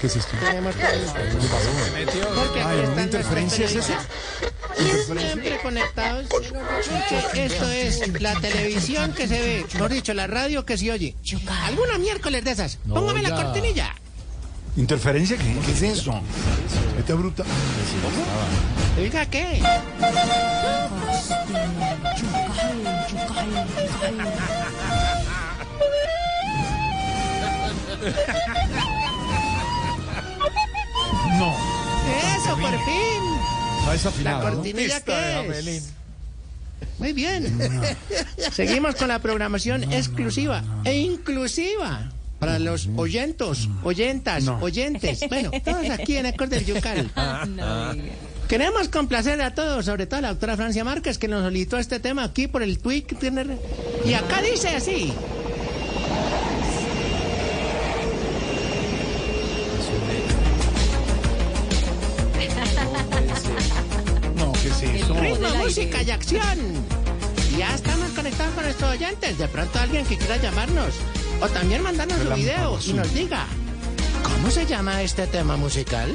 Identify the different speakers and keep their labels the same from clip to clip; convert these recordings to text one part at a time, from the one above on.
Speaker 1: ¿Qué es esto?
Speaker 2: Porque aquí
Speaker 1: Ay,
Speaker 2: están
Speaker 1: ¿una interferencia es
Speaker 2: nuestros
Speaker 1: esa?
Speaker 2: periodistas Siempre conectados. Que esto es la televisión que se ve, mejor dicho, la radio que se oye. Alguna miércoles de esas. Póngame la
Speaker 3: ya.
Speaker 2: cortinilla.
Speaker 1: ¿Interferencia? ¿Qué, qué es eso?
Speaker 3: Esta bruta.
Speaker 2: Oiga, ¿qué?
Speaker 1: No.
Speaker 2: Eso, por fin.
Speaker 3: Ah,
Speaker 1: Está desafinado, ¿no?
Speaker 2: Cortinilla que es. Muy bien. Seguimos con la programación exclusiva e inclusiva para los oyentos, oyentas, oyentes. Bueno, todos aquí en Ecos del Yucal.
Speaker 4: Ah.
Speaker 2: Queremos complacer a todos, sobre todo a la doctora Francia Márquez, que nos solicitó este tema aquí por el Twitter. Y acá dice así.
Speaker 1: No, ¿qué es eso?
Speaker 2: Ritmo, música y acción. Ya estamos conectados con nuestros oyentes. De pronto alguien que quiera llamarnos o también mandarnos su
Speaker 1: Relámpago
Speaker 2: video y
Speaker 1: azul.
Speaker 2: nos diga cómo se llama este tema musical.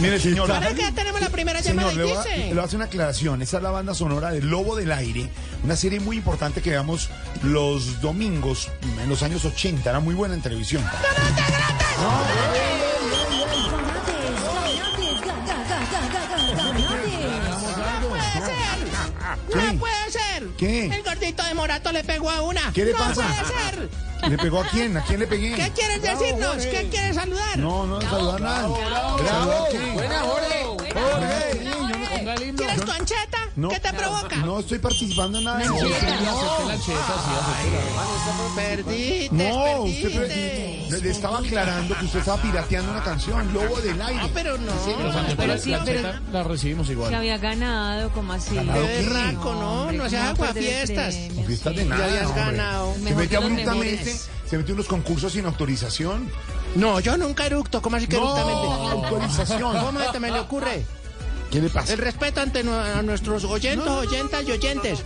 Speaker 1: Mire, señora.
Speaker 2: Ahora que ya tenemos la primera llamada
Speaker 3: Señor, le
Speaker 2: y
Speaker 3: voy a-
Speaker 2: dice.
Speaker 3: le voy a hacer una aclaración. Esta es la banda sonora de Lobo del Aire, una serie muy importante que veamos los domingos en los años 80. Era muy buena en televisión.
Speaker 2: ¡No puede ser! ¡No
Speaker 3: ¿Qué?
Speaker 2: puede ser!
Speaker 3: ¿Qué?
Speaker 2: El gordito de Morato le pegó a una.
Speaker 3: ¿Qué le
Speaker 2: ¡No
Speaker 3: pasa?
Speaker 2: puede ser!
Speaker 3: ¿Le pegó a quién? ¿A quién le pegué?
Speaker 2: ¿Qué quieres decirnos? ¿Qué quieres saludar?
Speaker 3: No, no, saludar nada. ¿Saludar qué? Jorge, yo no-
Speaker 2: ¿Quieres concheta?
Speaker 3: no.
Speaker 2: eh. ¿Qué te provoca?
Speaker 3: No estoy participando en nada de eso.
Speaker 2: Perdiste,
Speaker 3: No, usted
Speaker 2: perdiste.
Speaker 3: pre- le- le estaba aclarando que usted estaba pirateando una canción, Lobo del
Speaker 2: Ah,
Speaker 3: Aire.
Speaker 2: pero no.
Speaker 5: pero sí,
Speaker 2: no,
Speaker 5: pero-
Speaker 2: pero-
Speaker 5: La recibimos igual.
Speaker 4: Que había ganado, como así.
Speaker 3: Ganado.
Speaker 2: Qué
Speaker 3: ¿qué?
Speaker 2: berraco, no, no seas
Speaker 4: pues,
Speaker 2: aguafiestas.
Speaker 3: No fiestas de nada.
Speaker 2: habías
Speaker 3: hombre.
Speaker 2: ganado.
Speaker 3: Se
Speaker 4: Mejor
Speaker 3: metió
Speaker 4: que los
Speaker 3: abruptamente,
Speaker 4: mejores.
Speaker 3: se metió en los concursos sin autorización.
Speaker 2: No, yo nunca eructo, ¿cómo así que
Speaker 3: No,
Speaker 2: eructamente?
Speaker 3: autorización.
Speaker 2: ¿Cómo te me le ocurre?
Speaker 3: ¿Qué le pasa?
Speaker 2: El respeto ante nu- a nuestros oyentos, oyentas y oyentes.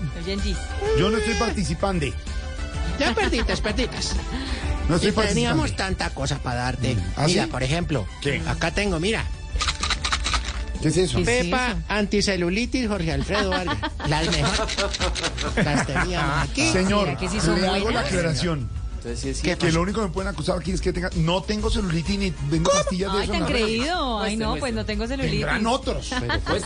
Speaker 3: Yo no estoy participando.
Speaker 2: Ya perdites, perdites.
Speaker 3: No
Speaker 2: Y
Speaker 3: estoy participando.
Speaker 2: teníamos tanta cosa para
Speaker 1: Mm.
Speaker 2: darte.
Speaker 3: ¿Ah,
Speaker 2: mira,
Speaker 3: sí?
Speaker 2: por ejemplo,
Speaker 3: ¿Qué?
Speaker 2: acá tengo, mira,
Speaker 3: ¿Qué es eso?
Speaker 4: ¿Qué es
Speaker 2: Pepa,
Speaker 4: eso?
Speaker 2: anticelulitis, Jorge Alfredo Vargas. Las mejores. Las teníamos aquí.
Speaker 3: Señor,
Speaker 4: ¿Será que sí son
Speaker 3: le hago
Speaker 4: buenas?
Speaker 3: la aclaración.
Speaker 2: ¿Qué
Speaker 3: Que lo único que me pueden acusar aquí es que tenga, no tengo celulitis ni tengo pastillas de
Speaker 4: Ay,
Speaker 3: eso.
Speaker 4: tan
Speaker 3: nada.
Speaker 4: creído. Ay, no, pues no tengo celulitis.
Speaker 3: Tendrán otros.
Speaker 2: Pues,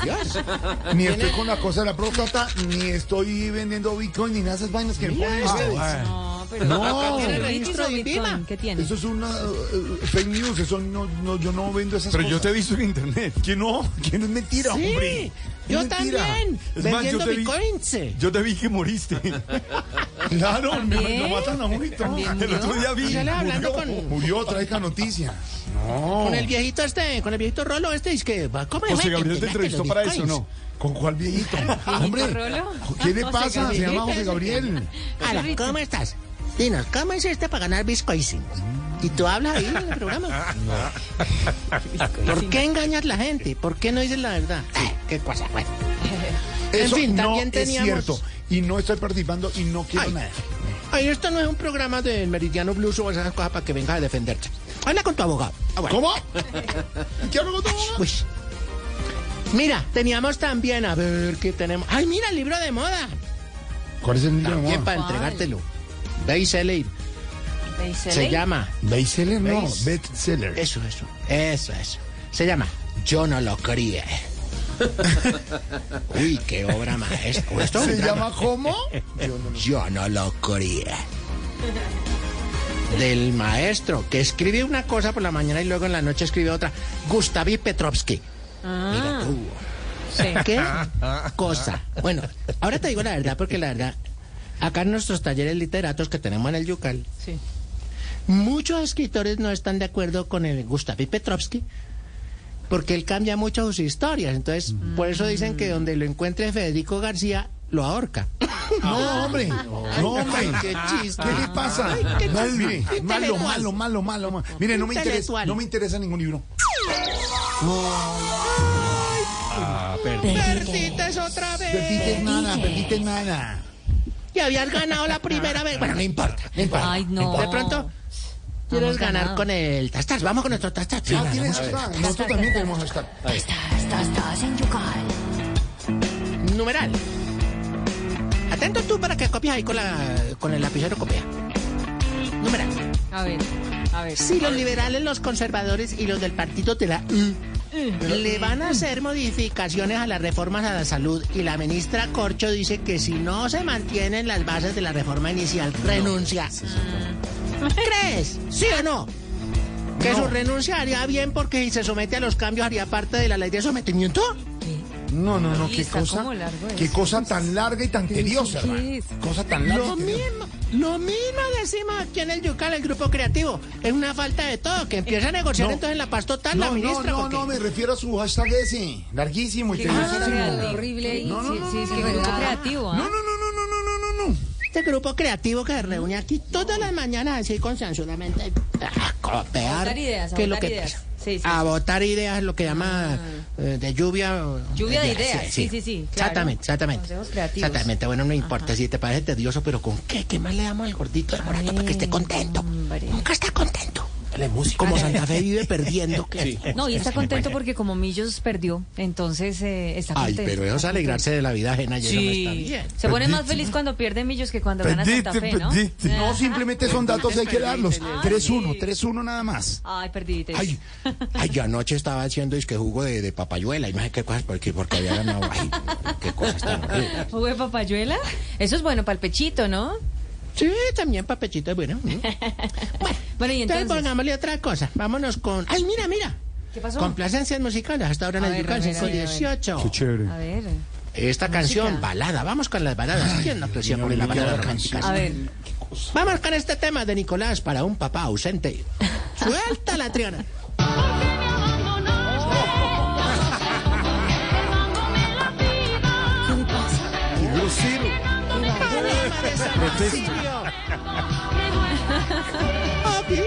Speaker 3: Ni estoy con la cosa de la próstata, ni estoy vendiendo bitcoin, ni nada de esas vainas que me ponen
Speaker 4: este
Speaker 1: este
Speaker 3: ustedes.
Speaker 2: Ah,
Speaker 4: No, pero
Speaker 3: No.
Speaker 4: ¿Tiene
Speaker 2: ¿Tiene
Speaker 4: celulitis
Speaker 2: registro
Speaker 4: o
Speaker 2: de INVIMA?
Speaker 4: Bitcoin? ¿Qué tiene?
Speaker 3: Eso es una eh, fake news, eso no, no, yo no vendo esas
Speaker 1: Pero yo
Speaker 3: cosas.
Speaker 1: te he visto en internet.
Speaker 3: Que no, que no es mentira,
Speaker 2: Sí,
Speaker 3: hombre. Es
Speaker 2: yo
Speaker 3: mentira.
Speaker 2: también.
Speaker 1: Es más, yo
Speaker 2: vendiendo
Speaker 1: te vi-
Speaker 2: bitcoins.
Speaker 1: Yo te vi que moriste.
Speaker 3: Claro, me,
Speaker 4: ¿También?
Speaker 3: lo matan a uno.
Speaker 4: ¿También
Speaker 1: El otro día vi.
Speaker 2: Ya le hablando
Speaker 1: murió.
Speaker 2: con,
Speaker 3: Murió, trágica noticia. No.
Speaker 2: con el viejito este, con el viejito Rolo este, es que va a comer.
Speaker 1: José Gabriel te entrevistó para eso, ¿no?
Speaker 3: ¿Con cuál viejito? Hombre,
Speaker 4: Rolo?
Speaker 3: ¿qué le
Speaker 4: José
Speaker 3: pasa? Se
Speaker 4: Gabriel.
Speaker 3: llama José Gabriel.
Speaker 4: Ah,
Speaker 2: Ahora, ¿cómo estás? Dinos, ¿cómo es este para ganar bitcoins? Y tú hablas ahí en el programa. ¿Por qué engañas la gente? ¿Por qué no dices la verdad? Ay, qué cosa, bueno.
Speaker 3: Eso
Speaker 2: en fin,
Speaker 3: no
Speaker 2: también
Speaker 3: es
Speaker 2: teníamos...
Speaker 3: cierto. Y no estoy participando y no quiero
Speaker 2: Ay.
Speaker 3: nada.
Speaker 2: Ay, esto no es un programa de Meridiano Blues o esas cosas para que vengas a defenderte. Habla con tu abogado. Ah, bueno.
Speaker 3: ¿Cómo? ¿Qué hablo con todo?
Speaker 2: Uy. Mira, teníamos también, a ver qué tenemos. Ay, mira, el libro de moda.
Speaker 3: ¿Cuál es el libro de
Speaker 2: También
Speaker 3: moda?
Speaker 2: para entregártelo. Ve y se lee. Se
Speaker 4: ¿Beiseley?
Speaker 2: llama.
Speaker 3: Bestseller no,
Speaker 2: Base-
Speaker 3: bestseller.
Speaker 2: Eso, eso. Eso, eso. Se llama Yo no lo crié. Uy, qué obra maestra. Esto es un
Speaker 3: ¿Se
Speaker 2: drama.
Speaker 3: llama cómo?
Speaker 2: Yo no lo crié. Del maestro que escribe una cosa por la mañana y luego en la noche escribe otra. Gustavi Petrovsky. Mira
Speaker 4: Ah,
Speaker 2: tú.
Speaker 4: sí.
Speaker 2: ¿Qué cosa? Bueno, ahora te digo la verdad, porque la verdad, acá en nuestros talleres literatos que tenemos en el Yucal,
Speaker 4: Sí.
Speaker 2: muchos escritores no están de acuerdo con el Gustav Petrovsky, porque él cambia mucho sus historias. Entonces, por eso dicen que donde lo encuentre Federico García, lo ahorca.
Speaker 3: No, hombre. No, hombre.
Speaker 2: Qué chiste.
Speaker 3: ¿Qué le pasa?
Speaker 2: Ay, qué
Speaker 3: Mal,
Speaker 2: chiste.
Speaker 3: mire,
Speaker 2: Intelectual.
Speaker 3: malo, malo, malo, malo, malo. Mire, no me interesa,
Speaker 2: Intelectual.
Speaker 3: no me interesa ningún libro.
Speaker 2: Perdites otra vez.
Speaker 3: Perdiste nada, perdiste nada.
Speaker 2: Y habías ganado la primera vez. Bueno, no importa, no importa.
Speaker 4: Ay, no.
Speaker 2: De pronto, ¿Quieres
Speaker 4: Vamos
Speaker 2: ganar
Speaker 4: ganado.
Speaker 2: con el Tastas? Vamos con nuestro Tastas. Sí,
Speaker 3: Ah, tiene
Speaker 2: ganamos.
Speaker 3: hashtag. Nosotros también tenemos hashtag.
Speaker 2: Numeral. Atento tú para que copies ahí con, la, con el lapicero copia. Numeral.
Speaker 4: A ver, a ver.
Speaker 2: Si los liberales, los conservadores y los del partido de la U le van a hacer modificaciones a las reformas a la salud y la ministra Corcho dice que si no se mantienen las bases de la reforma inicial, renuncia. ¿Crees? ¿Sí o no? Que su renuncia haría bien porque si se somete a los cambios haría parte de la ley de sometimiento.
Speaker 4: ¿Qué?
Speaker 3: No, no, no,
Speaker 4: Sí,
Speaker 3: qué
Speaker 4: está
Speaker 3: cosa.
Speaker 4: como largo
Speaker 3: Qué
Speaker 4: eso.
Speaker 3: cosa tan larga y tan tediosa,
Speaker 4: ¿qué
Speaker 3: hermano.
Speaker 4: es?
Speaker 3: Cosa tan larga.
Speaker 2: Lo
Speaker 3: y tediosa.
Speaker 2: mismo, lo mismo decimos aquí en el Yucal, el grupo creativo. Es una falta de todo, que empieza a negociar
Speaker 3: No.
Speaker 2: entonces en la paz total la
Speaker 3: No, no,
Speaker 2: ministra.
Speaker 3: no,
Speaker 2: porque-
Speaker 3: no, me refiero a su hashtag ese. Larguísimo y
Speaker 4: Qué cosa tan
Speaker 3: tediosísimo.
Speaker 4: horrible. y
Speaker 3: No, no,
Speaker 4: sí,
Speaker 3: no,
Speaker 4: sí, es
Speaker 3: no,
Speaker 4: que
Speaker 3: no,
Speaker 4: fue
Speaker 3: no.
Speaker 4: muy creativo.
Speaker 3: No, no,
Speaker 4: ¿ah?
Speaker 3: no, no, no, no, no, no, no.
Speaker 2: Este grupo creativo que se reúne aquí todas las mañanas así concienzudamente a copiar.
Speaker 4: A votar ideas, a
Speaker 2: que es lo
Speaker 4: votar
Speaker 2: que
Speaker 4: ideas.
Speaker 2: pasa.
Speaker 4: Sí, sí,
Speaker 2: a
Speaker 4: sí.
Speaker 2: votar ideas, lo que llama eh, de lluvia. o-
Speaker 4: Lluvia de ideas, sí, sí, sí, claro.
Speaker 2: Exactamente, exactamente.
Speaker 4: Consejos creativos.
Speaker 2: Exactamente, bueno, no importa si te parece tedioso, pero ¿con qué? ¿Qué más le damos al gordito de Morato para que esté contento?
Speaker 4: hombre.
Speaker 2: Nunca está contento. Como Santa Fe vive perdiendo. ¿qué?
Speaker 4: No, y está contento porque como Millos perdió, entonces eh, está
Speaker 2: Ay,
Speaker 4: contento.
Speaker 2: pero eso es
Speaker 4: está
Speaker 2: alegrarse de la vida ajena, y eso no está
Speaker 4: Sí,
Speaker 2: bien.
Speaker 4: se pone más feliz cuando pierde Millos que cuando gana Santa
Speaker 3: Perdiste,
Speaker 4: Fe, ¿no?
Speaker 3: perdiste. No,
Speaker 4: Ah.
Speaker 3: simplemente son datos y hay que darlos.
Speaker 4: Ah,
Speaker 3: 3-1,
Speaker 4: sí.
Speaker 3: 3-1 nada más.
Speaker 4: Ay, perdiste.
Speaker 2: Ay, ay, yo anoche estaba haciendo es que jugo de, de papayuela, y no sé qué cosas, porque, porque había ganado. Ay, qué cosas tan horribles.
Speaker 4: ¿Jugo de papayuela? Eso es bueno para el pechito, ¿no?
Speaker 2: Sí, también papechito es bueno. ¿no? Bueno,
Speaker 4: Bueno, y
Speaker 2: entonces
Speaker 4: entonces.
Speaker 2: pongámosle otra cosa. Vámonos con. ¡Ay, mira, mira!
Speaker 4: ¿Qué pasó?
Speaker 2: Complacencias musicales hasta ahora en
Speaker 4: A
Speaker 2: el
Speaker 4: ver,
Speaker 2: Yucal
Speaker 4: a ver, a ver, a ver.
Speaker 2: 518.
Speaker 1: Qué chévere.
Speaker 4: A ver,
Speaker 2: Esta canción, balada. Vamos con las baladas. ¿Quién no aprecia por la balada romántica?
Speaker 4: a ver.
Speaker 2: Vamos con este tema de Nicolás para un papá ausente. Suelta la triana. Paloma de San Basilio. Papi.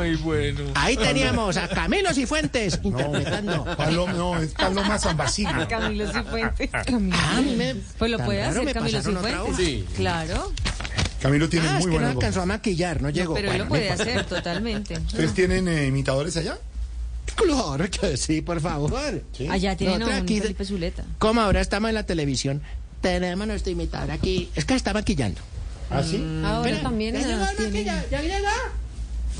Speaker 5: Ay, bueno.
Speaker 2: Ahí teníamos a Camilo Cifuentes interpretando.
Speaker 3: Paloma, no, es Paloma San Basilio.
Speaker 4: Camilo Cifuentes.
Speaker 2: Ah, a mí me-
Speaker 4: Pues lo
Speaker 2: tan
Speaker 4: puede
Speaker 2: raro
Speaker 4: hacer
Speaker 2: me
Speaker 4: Camilo
Speaker 2: pasaron otra
Speaker 4: Cifuentes.
Speaker 2: hoja.
Speaker 4: Claro,
Speaker 3: Camilo tiene
Speaker 2: Ah, es
Speaker 3: muy
Speaker 2: que no
Speaker 3: buena voz.
Speaker 2: alcanzó a maquillar, no llegó.
Speaker 4: pero él
Speaker 2: Bueno,
Speaker 4: lo
Speaker 2: no
Speaker 4: puede
Speaker 2: importa.
Speaker 4: hacer totalmente.
Speaker 3: ¿Ustedes tienen eh, imitadores allá?
Speaker 2: Claro que sí, por favor.
Speaker 4: Allá tienen
Speaker 2: Nosotros
Speaker 4: a un
Speaker 2: aquí-
Speaker 4: Felipe Zuleta.
Speaker 2: Como ahora estamos en la televisión, tenemos nuestro imitador aquí. Es que está maquillando.
Speaker 3: ¿Ah, sí?
Speaker 4: Ahora
Speaker 2: Espera,
Speaker 4: también
Speaker 2: ya llegó
Speaker 4: ah,
Speaker 2: el
Speaker 4: tienen-
Speaker 2: maquilla, ya llegó.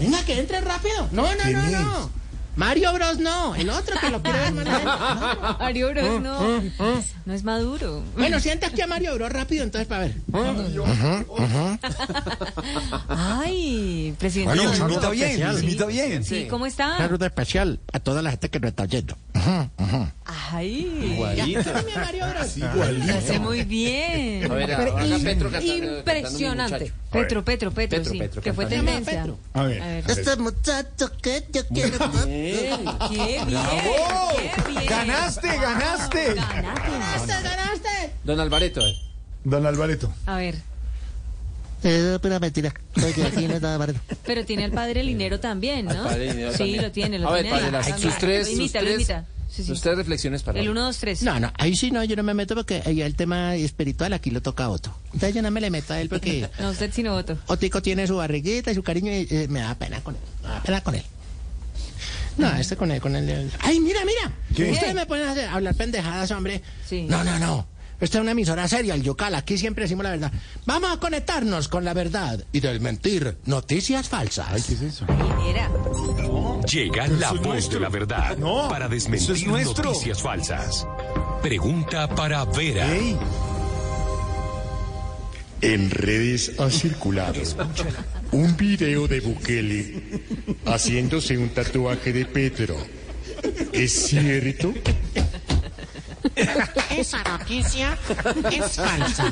Speaker 2: Venga, que entre rápido. No, no,
Speaker 3: ¿Quién
Speaker 2: no,
Speaker 3: es?
Speaker 2: no. Mario Bros no, el otro que lo quiere ver manejar.
Speaker 4: Mario Bros
Speaker 1: Ah,
Speaker 4: no, no es maduro.
Speaker 2: Bueno, siente aquí a Mario Bros rápido entonces para ver.
Speaker 4: Ay, presidente.
Speaker 1: Bueno,
Speaker 4: Maduro.
Speaker 1: lo imita bien, lo
Speaker 2: Sí,
Speaker 1: imita bien.
Speaker 4: Sí, ¿cómo
Speaker 2: Una
Speaker 4: está?
Speaker 2: ruta especial a toda la gente que nos está oyendo.
Speaker 4: Ay,
Speaker 2: Ya está mi Mario Bros.
Speaker 4: lo hace muy bien.
Speaker 5: A ver,
Speaker 4: Pero
Speaker 5: haga
Speaker 4: im-
Speaker 5: Petro cantando-
Speaker 4: impresionante.
Speaker 5: cantando mi
Speaker 4: Petro, Petro, Petro,
Speaker 5: Petro,
Speaker 4: sí,
Speaker 5: Petro
Speaker 4: que fue
Speaker 5: cantando.
Speaker 4: tendencia.
Speaker 2: Llama
Speaker 3: A ver.
Speaker 4: A ver.
Speaker 2: Este muchacho que yo quiero
Speaker 4: ¡Qué bien! ¡Qué bien!
Speaker 1: ¡Ganaste, ganaste!
Speaker 4: Ganaste.
Speaker 2: ganaste!
Speaker 5: Don Alvareto. eh.
Speaker 3: Don Alvareto.
Speaker 4: A ver,
Speaker 2: Es pura mentira. Porque aquí no está barato.
Speaker 4: pero tiene al padre Linero también, ¿no?
Speaker 5: Al padre Linero
Speaker 4: sí,
Speaker 5: también.
Speaker 4: lo tiene, lo
Speaker 5: A ver,
Speaker 4: tiene. ahí.
Speaker 5: padre, las-
Speaker 4: También.
Speaker 5: sus tres,
Speaker 4: Lo
Speaker 5: sus
Speaker 4: imita, lo
Speaker 5: tres-
Speaker 4: imita. Sí, sí.
Speaker 5: Sus tres reflexiones para
Speaker 4: El
Speaker 5: hoy.
Speaker 4: 1, 2, 3.
Speaker 2: No, no, ahí sí no, yo no me meto porque ahí el tema espiritual aquí lo toca Otto. Entonces yo no me le meto a él porque
Speaker 4: No, usted sino voto.
Speaker 2: Otico tiene su barriguita y su cariño y eh, me da pena con él. Me da pena con él. No, este con él, con él. él- ¡Ay, mira, mira!
Speaker 4: ¿Qué?
Speaker 2: Ustedes me ponen a hacer- a hablar pendejadas, hombre.
Speaker 4: Sí.
Speaker 2: No, no, no. Esta es una emisora seria, el Yocal. Aquí siempre decimos la verdad. Vamos a conectarnos con la verdad y del mentir. Noticias falsas.
Speaker 4: Era.
Speaker 6: Llega la voz de la verdad
Speaker 3: No,
Speaker 6: para
Speaker 1: eso
Speaker 6: desmentir
Speaker 1: es nuestro.
Speaker 6: noticias falsas. Pregunta para Vera.
Speaker 3: ¡Ey!
Speaker 7: En redes ha circulado un video de Bukele haciéndose un tatuaje de Petro. ¿Es cierto?
Speaker 2: Esa noticia es falsa.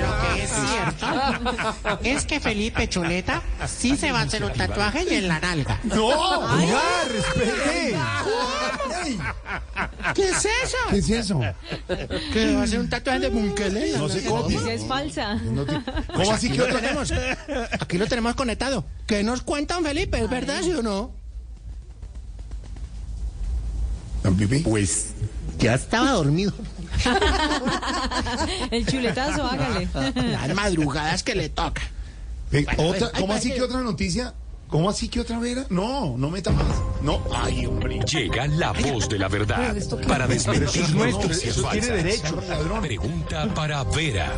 Speaker 2: Lo que es cierto es que Felipe Chuleta sí se va a hacer un tatuaje y en la nalga.
Speaker 3: ¡No!
Speaker 1: ¡Ya, respete!
Speaker 2: ¿Qué es
Speaker 3: ¿Qué
Speaker 2: eso?
Speaker 3: es eso?
Speaker 2: Que va a hacer un tatuaje de Bunkele.
Speaker 3: No se
Speaker 4: La
Speaker 3: copia.
Speaker 4: noticia es falsa.
Speaker 3: ¿Cómo así
Speaker 2: Aquí
Speaker 3: que
Speaker 2: lo tenemos. Aquí lo tenemos conectado. ¿Qué nos cuentan, Felipe? ¿Es verdad, sí o no?
Speaker 3: Don Pipi.
Speaker 7: Pues
Speaker 2: Ya estaba dormido.
Speaker 4: El chuletazo,
Speaker 3: Ah.
Speaker 4: hágale.
Speaker 2: Las madrugadas que le toca.
Speaker 3: Ve,
Speaker 2: Bueno,
Speaker 3: otra-
Speaker 2: ay,
Speaker 3: ¿Cómo
Speaker 2: ay,
Speaker 3: así
Speaker 2: ay.
Speaker 3: que otra noticia? ¿Cómo así que otra vera? No, no meta más. No, ah, ay, hombre.
Speaker 6: Llega la voz de la verdad para
Speaker 3: Pero eso
Speaker 6: desmentir
Speaker 3: es nuestro,
Speaker 6: noticias
Speaker 3: eso tiene
Speaker 6: falsas.
Speaker 3: derecho. Ladrón.
Speaker 6: Pregunta para Vera.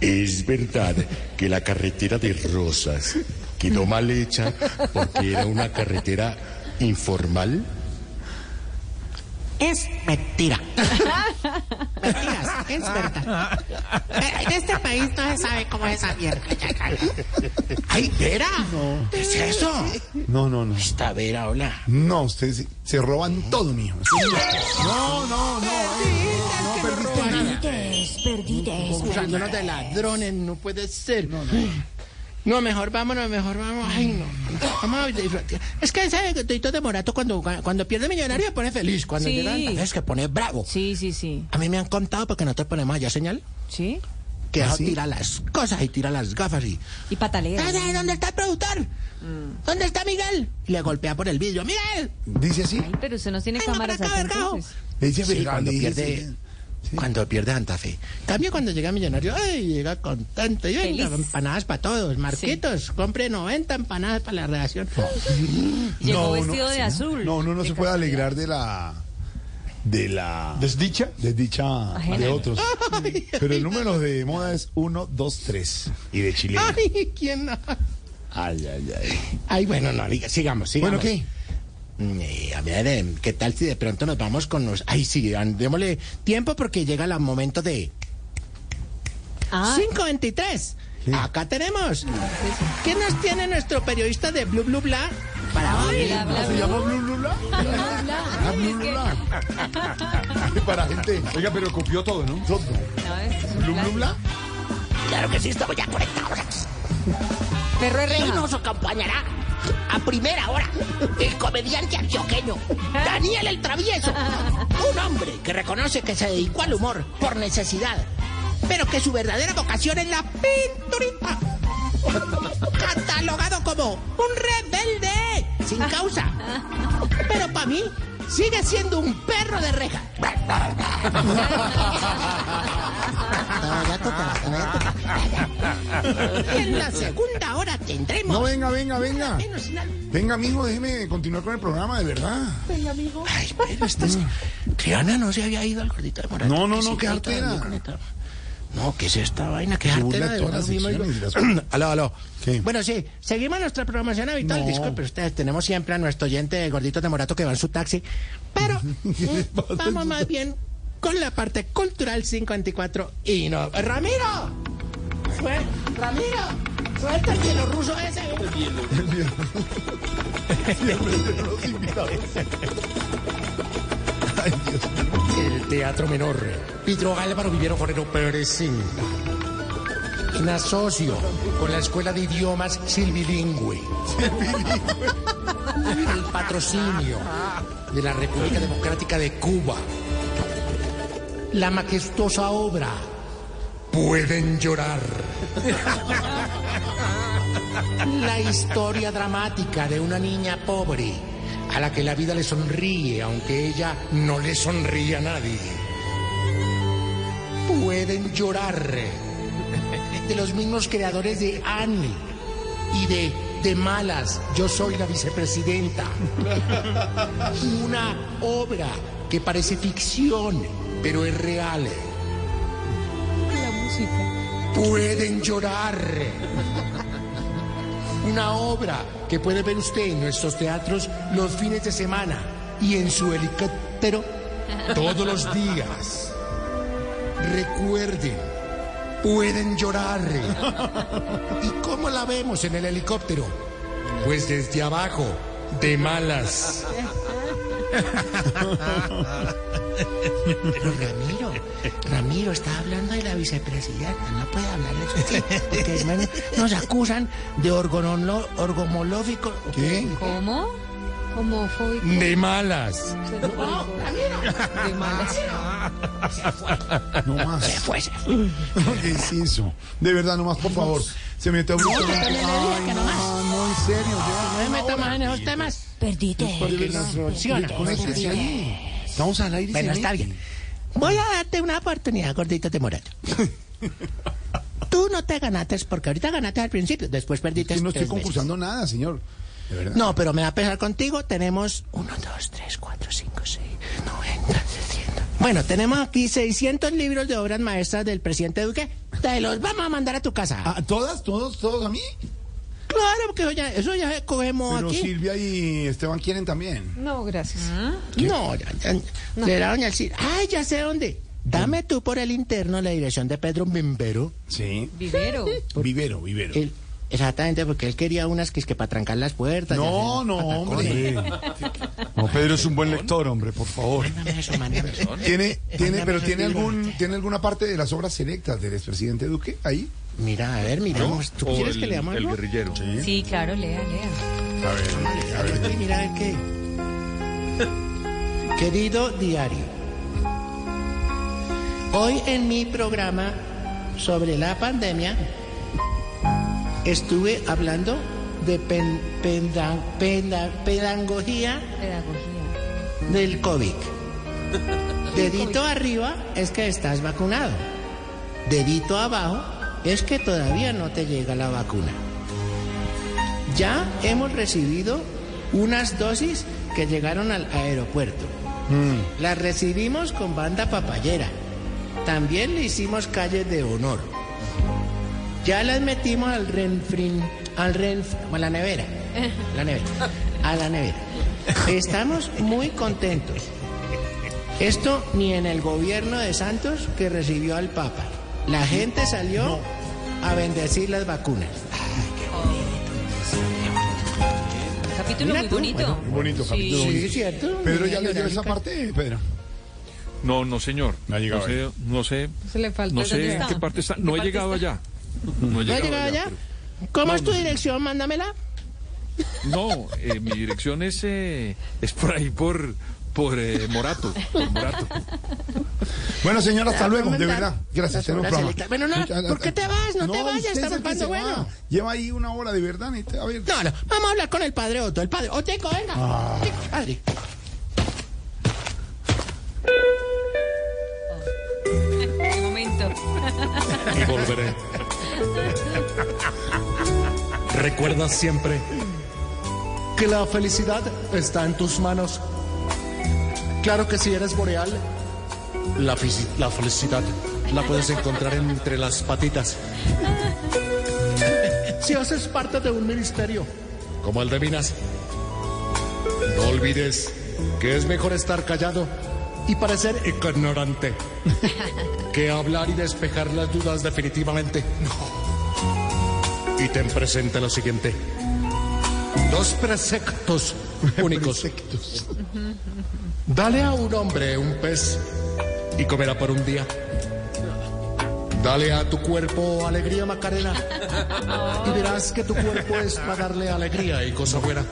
Speaker 7: ¿Es verdad que la carretera de Rosas quedó mal hecha porque era una carretera informal?
Speaker 2: Es mentira. Mentiras, es verdad. Eh, En este país no se sabe cómo es esa mierda. ¡Ay, Vera! ¿Qué es eso?
Speaker 3: No, no, no.
Speaker 2: Esta Vera, hola.
Speaker 3: No, ustedes se- se roban todo, mijo. No, no, no. No, no perdiste nada.
Speaker 2: Acusándonos de ladrones, no puede ser. No, mejor vámonos, mejor vamos. Ay, no. Vamos a- Es que sabe que Tito de Morato cuando, cuando pierde millonario se pone feliz. Cuando
Speaker 4: Sí.
Speaker 2: llega el- es que pone bravo.
Speaker 4: Sí, sí, sí.
Speaker 2: A mí me han contado porque nosotros ponemos allá señal
Speaker 4: ¿Sí?
Speaker 2: que
Speaker 3: ¿Ah,
Speaker 2: eso
Speaker 3: sí?
Speaker 2: tira las cosas y tira las gafas y.
Speaker 4: Y patalea.
Speaker 3: Ah,
Speaker 2: "Ay, ¿Dónde está el productor?
Speaker 4: Mm.
Speaker 2: ¿Dónde está Miguel? Y le golpea por el vidrio. ¡Miguel!
Speaker 3: Dice así.
Speaker 4: Ay, pero usted no tiene
Speaker 2: Ay, no,
Speaker 4: cámaras
Speaker 2: pero acá,
Speaker 4: acá,
Speaker 2: vergajo.
Speaker 4: entonces.
Speaker 3: Le dice,
Speaker 2: Sí,
Speaker 3: "Venga",
Speaker 2: cuando
Speaker 3: le dice,
Speaker 2: pierde,
Speaker 3: sí.
Speaker 2: cuando pierde Santa Fe. Cambio cuando llega Millonario, ¡ay! Llega contento. Y venga,
Speaker 4: Feliz.
Speaker 2: empanadas para todos. Marquitos, compre 90 empanadas para la redacción.
Speaker 4: Llegó
Speaker 3: No,
Speaker 4: vestido
Speaker 3: no,
Speaker 4: de
Speaker 3: sí,
Speaker 4: azul.
Speaker 3: No, no, no
Speaker 4: de
Speaker 3: se puede
Speaker 4: casualidad.
Speaker 3: alegrar de la. de la.
Speaker 1: ¿Desdicha?
Speaker 3: desdicha
Speaker 4: Ajena.
Speaker 3: de otros.
Speaker 2: Ay,
Speaker 3: Pero el número de moda es 1, 2, 3. Y de Chile.
Speaker 7: Ah,
Speaker 2: ay, ¿quién no?
Speaker 3: Ay, ay, ay.
Speaker 2: Ay, bueno, no, diga, sigamos, sigamos.
Speaker 3: Bueno, ¿qué?
Speaker 2: Mm, eh, a ver, eh, ¿qué tal si de pronto nos vamos con los... Ay, sí, andémosle tiempo porque llega el momento de...
Speaker 4: Ah,
Speaker 2: 523. Acá tenemos. ¿Quién nos tiene nuestro periodista de Blue Blue Bla? Para hoy?
Speaker 4: bla, bla,
Speaker 3: ¿Se
Speaker 4: bla.
Speaker 3: llama Blue Blue Bla? Ah, Blue Blue Bla. Para gente.
Speaker 1: Oiga, pero copió todo, ¿no?
Speaker 3: todo.
Speaker 4: No, es- es un
Speaker 3: Blue
Speaker 4: plan.
Speaker 3: Blue Bla.
Speaker 2: Claro que sí, estamos ya conectados aquí.
Speaker 4: Perro
Speaker 2: Y
Speaker 4: herrera.
Speaker 2: nos acompañará a primera hora el comediante antioqueño Daniel el Travieso. Un hombre que reconoce que se dedicó al humor por necesidad, pero que su verdadera vocación es la pinturita. Catalogado como un rebelde sin causa. Pero para mí sigue siendo un perro de reja. En la segunda hora tendremos.
Speaker 3: No, venga, venga, venga.
Speaker 2: menos nada
Speaker 3: Venga, mijo, déjeme continuar con el programa, de verdad.
Speaker 2: Ay, bueno, estás... Triana no se había ido al gordito de Morato.
Speaker 3: No, no,
Speaker 2: que
Speaker 3: no,
Speaker 2: sí,
Speaker 3: qué
Speaker 2: ahí
Speaker 3: artera.
Speaker 2: todavía conectado. No, ¿qué es esta vaina? ¿Qué
Speaker 3: Se
Speaker 2: artera?
Speaker 3: burla
Speaker 2: de
Speaker 3: de todas
Speaker 2: verdad,
Speaker 3: las
Speaker 2: lo mismo
Speaker 3: secciones
Speaker 2: digo.
Speaker 3: y las-
Speaker 2: Aló, aló.
Speaker 3: ¿Qué?
Speaker 2: Bueno, sí, seguimos nuestra programación habitual.
Speaker 3: No.
Speaker 2: Disculpe ustedes, tenemos siempre a nuestro oyente de gordito de Morato que va en su taxi. Pero mm, vamos más bien con la parte cultural 54 y no... ¡Ramiro! Suel- ¡Ramiro! ¡Suelta el bielorruso ese!
Speaker 3: Los invitados. Ay, Dios.
Speaker 8: El Teatro Menor. Pedro Álvaro Vivero Forero Pérez Cinta. En asocio con la Escuela de Idiomas Silbilingüe. El patrocinio de la República Democrática de Cuba. La majestuosa obra. Pueden llorar. La historia dramática de una niña pobre a la que la vida le sonríe aunque ella no le sonríe a nadie. Pueden llorar de los mismos creadores de Annie y de De Malas, yo soy la vicepresidenta. Una obra que parece ficción, pero es real.
Speaker 4: La música.
Speaker 8: Pueden llorar una obra que puede ver usted en nuestros teatros los fines de semana y en su helicóptero todos los días. Recuerden, pueden llorar. ¿Y cómo la vemos en el helicóptero? Pues desde abajo, de malas.
Speaker 2: Pero Ramiro, Ramiro está hablando de la vicepresidenta, no puede hablar de eso. Sí, porque hermano, nos acusan de orgonolo- orgomolófico.
Speaker 3: ¿Qué?
Speaker 4: ¿Cómo? Homofóbico.
Speaker 8: De malas.
Speaker 4: De malas.
Speaker 3: No más.
Speaker 2: Se fue, se fue.
Speaker 3: ¿Qué es eso? De verdad, nomás, por favor. Se metió bruscamente. Ay, no, Ah, no, en serio.
Speaker 2: No me meto más en esos temas.
Speaker 3: ya. De verdad.
Speaker 2: Funciona.
Speaker 3: Conéctese ahí. Estamos al aire. ¿eh? y
Speaker 2: Bueno,
Speaker 3: se
Speaker 2: está
Speaker 3: mete.
Speaker 2: bien. Voy a darte una oportunidad, gordito temerario. Tú no te ganaste porque ahorita ganaste al principio, después perdiste.
Speaker 3: Yo no estoy
Speaker 2: tres veces.
Speaker 3: concursando nada, señor. De verdad.
Speaker 2: No, pero me va a pesar contigo. Tenemos 1, 2, 3, 4, 5, 6, 90, 100. Bueno, tenemos aquí 600 libros de obras maestras del presidente Duque. Te los vamos a mandar a tu casa.
Speaker 3: Ah, ¿Todas? ¿Todos? ¿Todos a mí?
Speaker 2: claro, porque eso ya, eso ya cogemos
Speaker 3: Pero
Speaker 2: aquí.
Speaker 3: Silvia y Esteban quieren también.
Speaker 4: No, gracias.
Speaker 3: ¿Ah?
Speaker 2: No, ya, ya, será doña Silvia. Ay, ya sé dónde. Dame tú por el interno la dirección de Pedro Mimbero.
Speaker 3: Sí.
Speaker 4: Vivero.
Speaker 3: Vivero, vivero.
Speaker 2: Él- exactamente, porque él quería unas que es que para trancar las puertas.
Speaker 3: No, no, hombre. No, Pedro es un buen lector, hombre, por favor.
Speaker 2: Mándame eso, mándame eso.
Speaker 3: ¿Tiene, tiene,
Speaker 2: Mándame
Speaker 3: pero
Speaker 2: esos
Speaker 3: tiene
Speaker 2: libros.
Speaker 3: algún, tiene alguna parte de las obras selectas del expresidente Duque ahí?
Speaker 2: Mira, a ver, miramos. ¿Tú quieres que leamos algo?
Speaker 9: guerrillero.
Speaker 4: Sí, claro, lea, lea.
Speaker 3: A ver, a ver.
Speaker 2: Ay, mira el qué. Querido diario, hoy en mi programa sobre la pandemia estuve hablando de pen- penda- penda- pedagogía
Speaker 4: Pedagogía.
Speaker 2: del COVID. Dedito arriba es que estás vacunado. Dedito abajo es que todavía no te llega la vacuna. Ya hemos recibido unas dosis que llegaron al aeropuerto. Las recibimos con banda papayera. También le hicimos calles de honor. Ya las metimos al renfrin, al renf, a la nevera, la nevera, a la nevera. Estamos muy contentos. Esto ni en el gobierno de Santos que recibió al Papa. La gente salió a bendecir las vacunas.
Speaker 4: Un capítulo
Speaker 2: Mira
Speaker 4: muy
Speaker 2: tú,
Speaker 4: bonito.
Speaker 2: bueno,
Speaker 3: muy bonito, capítulo
Speaker 4: Sí.
Speaker 2: Sí, cierto.
Speaker 3: Pedro,
Speaker 2: Mira,
Speaker 3: ¿ya leyó esa
Speaker 2: Verónica.
Speaker 3: parte, Pedro?
Speaker 9: No, no, señor.
Speaker 3: No ha llegado
Speaker 9: no sé, no sé,
Speaker 4: Se le falta
Speaker 9: no
Speaker 4: el
Speaker 9: sé en
Speaker 4: dentista.
Speaker 9: qué parte está.
Speaker 4: ¿En
Speaker 9: No he
Speaker 4: qué parte
Speaker 9: llegado
Speaker 4: está?
Speaker 9: allá. No he
Speaker 2: ¿No ha llegado allá? ¿Cómo
Speaker 9: No,
Speaker 2: es tu
Speaker 9: no, sí.
Speaker 2: dirección? Mándamela.
Speaker 9: pero- No, eh, mi dirección es, eh, es por ahí, por, por eh, Morato. por Morato.
Speaker 3: Bueno, señor, hasta
Speaker 2: Ah,
Speaker 3: luego, de
Speaker 2: comentar.
Speaker 3: verdad. Gracias,
Speaker 2: Las
Speaker 3: tenemos
Speaker 2: obras
Speaker 3: programa.
Speaker 2: selectas. Bueno, no,
Speaker 3: Muchas-
Speaker 2: ¿por qué te vas? No te vayas,
Speaker 3: usted es
Speaker 2: estamos
Speaker 3: el que
Speaker 2: pasando
Speaker 3: se va.
Speaker 2: bueno.
Speaker 3: Lleva ahí una hora de verdad, y te- a ver.
Speaker 2: No, no, vamos a hablar con el padre Otto. El padre Oteco, venga. Oteco, padre.
Speaker 4: Un momento.
Speaker 7: y volveré. Recuerda siempre
Speaker 8: que la felicidad está en tus manos. Claro que si eres boreal, la, fisi- la felicidad la puedes encontrar entre las patitas,
Speaker 2: Si haces parte de un ministerio.
Speaker 8: como el de Minas. No olvides que es mejor estar callado y parecer ignorante que hablar y despejar las dudas definitivamente. Y te presenta lo siguiente. Dos preceptos únicos. Dale a un hombre un pez y comerá por un día. Dale a tu cuerpo alegría, Macarena. Y verás que tu cuerpo es para darle alegría y cosa buena.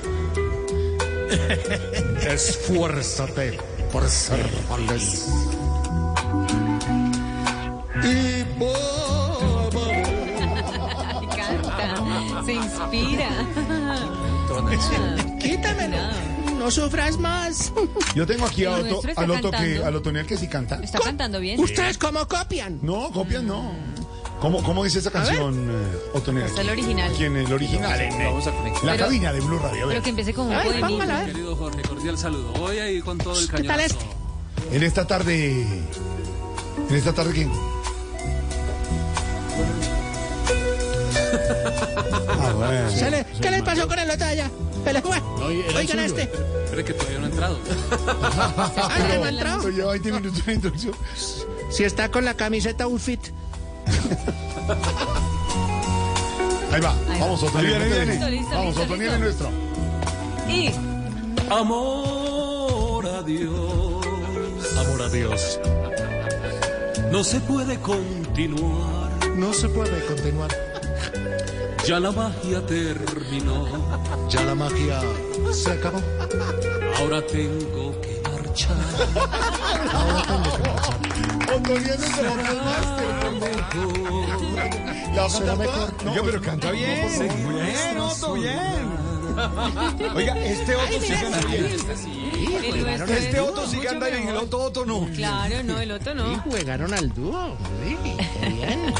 Speaker 8: Esfuérzate por ser feliz. Y vámonos.
Speaker 4: Y canta. Se inspira.
Speaker 2: Quítamelo. No sufras más.
Speaker 3: Yo tengo aquí a
Speaker 4: El
Speaker 3: Otto,
Speaker 4: nuestro está
Speaker 3: al Otto que,
Speaker 4: cantando.
Speaker 3: al Otoniel que sí canta.
Speaker 4: Está cantando bien.
Speaker 2: ¿Ustedes cómo copian?
Speaker 3: No, copias no. ¿Cómo, cómo dice esa canción, eh, Otoniel?
Speaker 4: Está el original.
Speaker 3: ¿Quién? El original.
Speaker 5: Vamos a conectar.
Speaker 3: La
Speaker 4: Pero-
Speaker 3: cabina de Blue Radio. a ver.
Speaker 4: Pero que empiece con un
Speaker 2: A ver,
Speaker 4: poemillo.
Speaker 2: póngala. a ver.
Speaker 10: Querido Jorge, cordial saludo. Hoy ahí con todo el
Speaker 2: ¿Qué tal
Speaker 10: cañonazo.
Speaker 2: este?
Speaker 3: En esta tarde. En esta tarde que. Ah, bueno.
Speaker 2: Se le- ¿Qué les pasó con el otro de allá? Se le fue. Oigan a este.
Speaker 10: Espere que todavía no he entrado. eh.
Speaker 2: Ah, que no ha entrado.
Speaker 3: Pero lleva 20 minutos de introducción.
Speaker 2: Si está con la camiseta outfit.
Speaker 3: Ahí va. Vamos, Otoniel.
Speaker 10: Ahí viene,
Speaker 3: no te dejes.
Speaker 4: viene. Listo,
Speaker 10: ahí
Speaker 4: listo,
Speaker 3: Vamos,
Speaker 4: listo,
Speaker 3: Otoniel
Speaker 4: listo.
Speaker 3: es nuestro.
Speaker 4: Y
Speaker 10: Amor a Dios,
Speaker 7: amor a Dios.
Speaker 10: no se puede continuar.
Speaker 8: No se puede continuar.
Speaker 10: Ya la magia terminó.
Speaker 8: Ya la magia se acabó.
Speaker 10: Ahora tengo que marchar.
Speaker 3: Otoniel es nuestro master.
Speaker 10: Mejor
Speaker 3: pues La será mejor. Oiga, pero canta bien.
Speaker 10: seguir nuestros
Speaker 1: bien.
Speaker 10: Oiga, este Otto sí anda bien.
Speaker 4: El nuestro es
Speaker 10: Este
Speaker 4: dúo,
Speaker 10: Otto sí
Speaker 4: mucho
Speaker 10: anda bien, el
Speaker 4: mejor.
Speaker 10: otro Otto no.
Speaker 4: Claro, no, el otro
Speaker 7: Y
Speaker 4: no.
Speaker 7: jugaron al dúo. Sí, muy bien.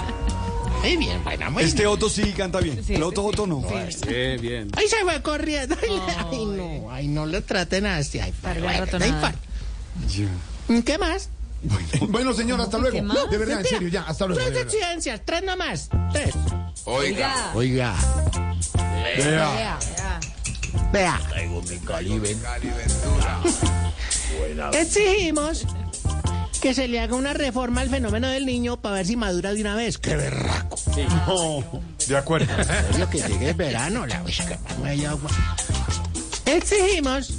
Speaker 7: Muy bien, bueno, muy
Speaker 10: Este
Speaker 7: bien.
Speaker 10: Otto sí canta bien,
Speaker 4: Sí,
Speaker 10: el
Speaker 4: sí,
Speaker 10: otro
Speaker 4: sí.
Speaker 10: Otto no.
Speaker 2: Bien, bien.
Speaker 7: Ahí se fue corriendo. Ay, ay, no, ay, no lo traten así. Ay,
Speaker 4: Para la
Speaker 7: bueno,
Speaker 4: ratonada.
Speaker 7: da infarto. ¿Qué más?
Speaker 3: Bueno, señor, hasta luego.
Speaker 4: más?
Speaker 3: De verdad, en
Speaker 7: Mentira.
Speaker 3: serio, ya, hasta luego. de
Speaker 7: Tres
Speaker 3: verdad.
Speaker 7: exigencias, tres nomás. Tres.
Speaker 4: Oiga.
Speaker 7: Oiga,
Speaker 3: Vea.
Speaker 4: Vea, vea.
Speaker 7: vea. Exigimos que se le haga una reforma al fenómeno del niño para ver si madura de una vez. ¡Qué berraco!
Speaker 3: No, de acuerdo.
Speaker 7: En serio, que llegue el verano, la uy, que no hay agua. Exigimos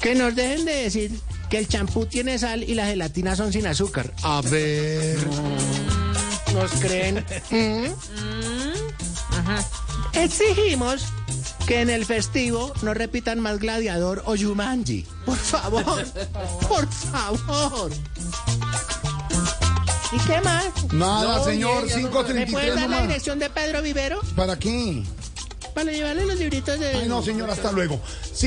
Speaker 7: que nos dejen de decir que el champú tiene sal y las gelatinas son sin azúcar. A ver. ¿Nos creen? ¿Mm? Exigimos que en el festivo no repitan más Gladiador o Yumanji. Por favor. Por favor. ¿Y qué más?
Speaker 3: Nada,
Speaker 7: No,
Speaker 3: señor,
Speaker 7: bien, ¿Me puedes
Speaker 3: 533
Speaker 7: dar la
Speaker 3: nomás.
Speaker 7: dirección de Pedro Vivero?
Speaker 3: ¿Para qué?
Speaker 7: Para llevarle los libritos de...
Speaker 3: Ay, no, señor, hasta luego. 5.33 en,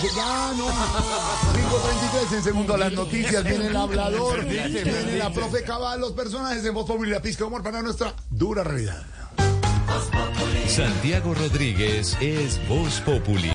Speaker 3: se- ya, no. 5.33 en segundo las noticias. Viene el hablador, viene la profe Cabal, los personajes de Voz Populi, la pizca de humor para nuestra dura realidad.
Speaker 6: Santiago Rodríguez es Voz Populi.